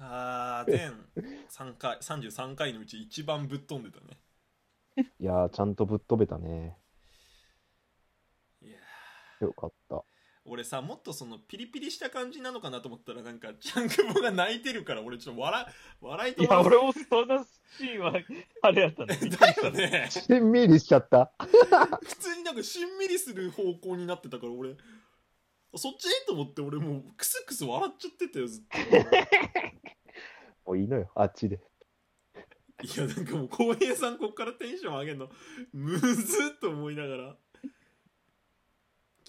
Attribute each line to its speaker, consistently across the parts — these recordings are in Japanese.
Speaker 1: あー全3回33回のうち一番ぶっ飛んでたね
Speaker 2: いやー、ちゃんとぶっ飛べたね。
Speaker 1: いやー
Speaker 2: よかった。
Speaker 1: 俺さもっとそのピリピリした感じなのかなと思ったらなんかちゃんくぼが泣いてるから俺ちょっと笑笑いと
Speaker 3: いや、俺もそんなシーンは、あれやったんだ。びっく
Speaker 1: だ
Speaker 3: りした
Speaker 1: よね
Speaker 2: しんみりしちゃった。
Speaker 1: 普通になんかしんみりする方向になってたから俺そっちと思って俺もうクスクス笑っちゃってたよずっ
Speaker 2: もういいのよ、あっちで。
Speaker 1: といやなんかもう浩平さんこっからテンション上げるのむずっと思いながら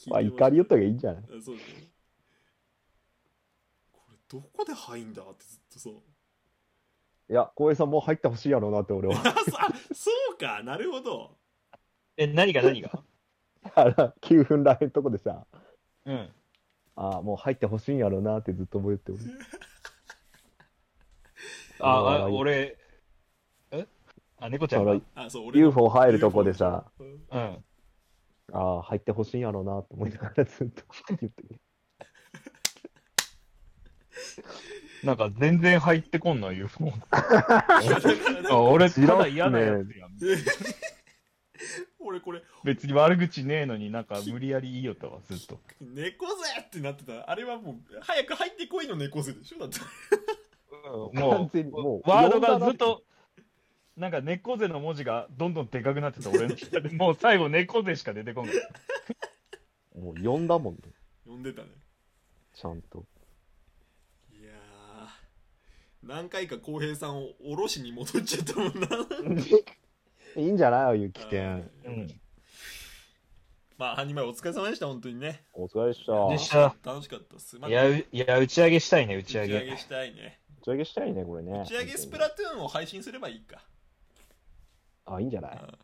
Speaker 2: まあ、怒りよった方がいいんじゃない
Speaker 1: あそうだねこれどこで入んだってずっとそう
Speaker 2: いや、浩平さんもう入ってほしいやろうなって俺は。
Speaker 1: あそあそうかなるほど
Speaker 3: え、何が何が
Speaker 2: あら、9分らへんとこでさ、
Speaker 3: うん。
Speaker 2: ああ、もう入ってほしいんやろうなってずっと覚えて俺。
Speaker 3: あ、
Speaker 2: あ
Speaker 3: あ俺、えあ、猫ちゃ
Speaker 2: そ
Speaker 3: んが。
Speaker 2: の
Speaker 1: あそう俺
Speaker 2: UFO 入るとこでさ、
Speaker 1: うん
Speaker 3: うん。
Speaker 2: ああ、入ってほしいんやろうなって思いながらずっと言ってる。
Speaker 3: なんか全然入ってこんの UFO。
Speaker 1: いやだからね
Speaker 3: あ俺、
Speaker 2: 知らん
Speaker 3: ただ嫌なやつやん。
Speaker 1: 俺これ
Speaker 3: 別に悪口ねえのになんか無理やり言いよったわ、ずっと。
Speaker 1: 「猫背!」ってなってたあれはもう早く入ってこいの猫背でしょだって
Speaker 3: も
Speaker 2: 完全にも
Speaker 3: う、
Speaker 2: う
Speaker 3: ワードがずっと、なんか猫背の文字がどんどんでかくなってた俺の下で、もう最後猫背しか出てこんかった。
Speaker 2: もう呼んだもんね、
Speaker 1: 呼んでたね
Speaker 2: ちゃんと。
Speaker 1: いやー何回か浩平さんをおろしに戻っちゃったもんな
Speaker 2: いいんじゃないああいう危
Speaker 1: あ
Speaker 2: 険。
Speaker 1: ーまあ半人前お疲れ様でした本当にね
Speaker 2: お疲れでした。
Speaker 3: で
Speaker 2: 打
Speaker 3: し
Speaker 2: ち
Speaker 3: た。
Speaker 1: 楽しかったっすま
Speaker 3: い
Speaker 1: た
Speaker 3: や、ういや、打ち上げしたいね、打ち
Speaker 1: 打
Speaker 3: 上
Speaker 1: ち上げ
Speaker 3: げ。
Speaker 1: したいね
Speaker 2: 上げしたいね、これね。
Speaker 1: 打ち上げスプラトゥーンを配信すればいいか
Speaker 2: あ、いいんじゃない
Speaker 1: うん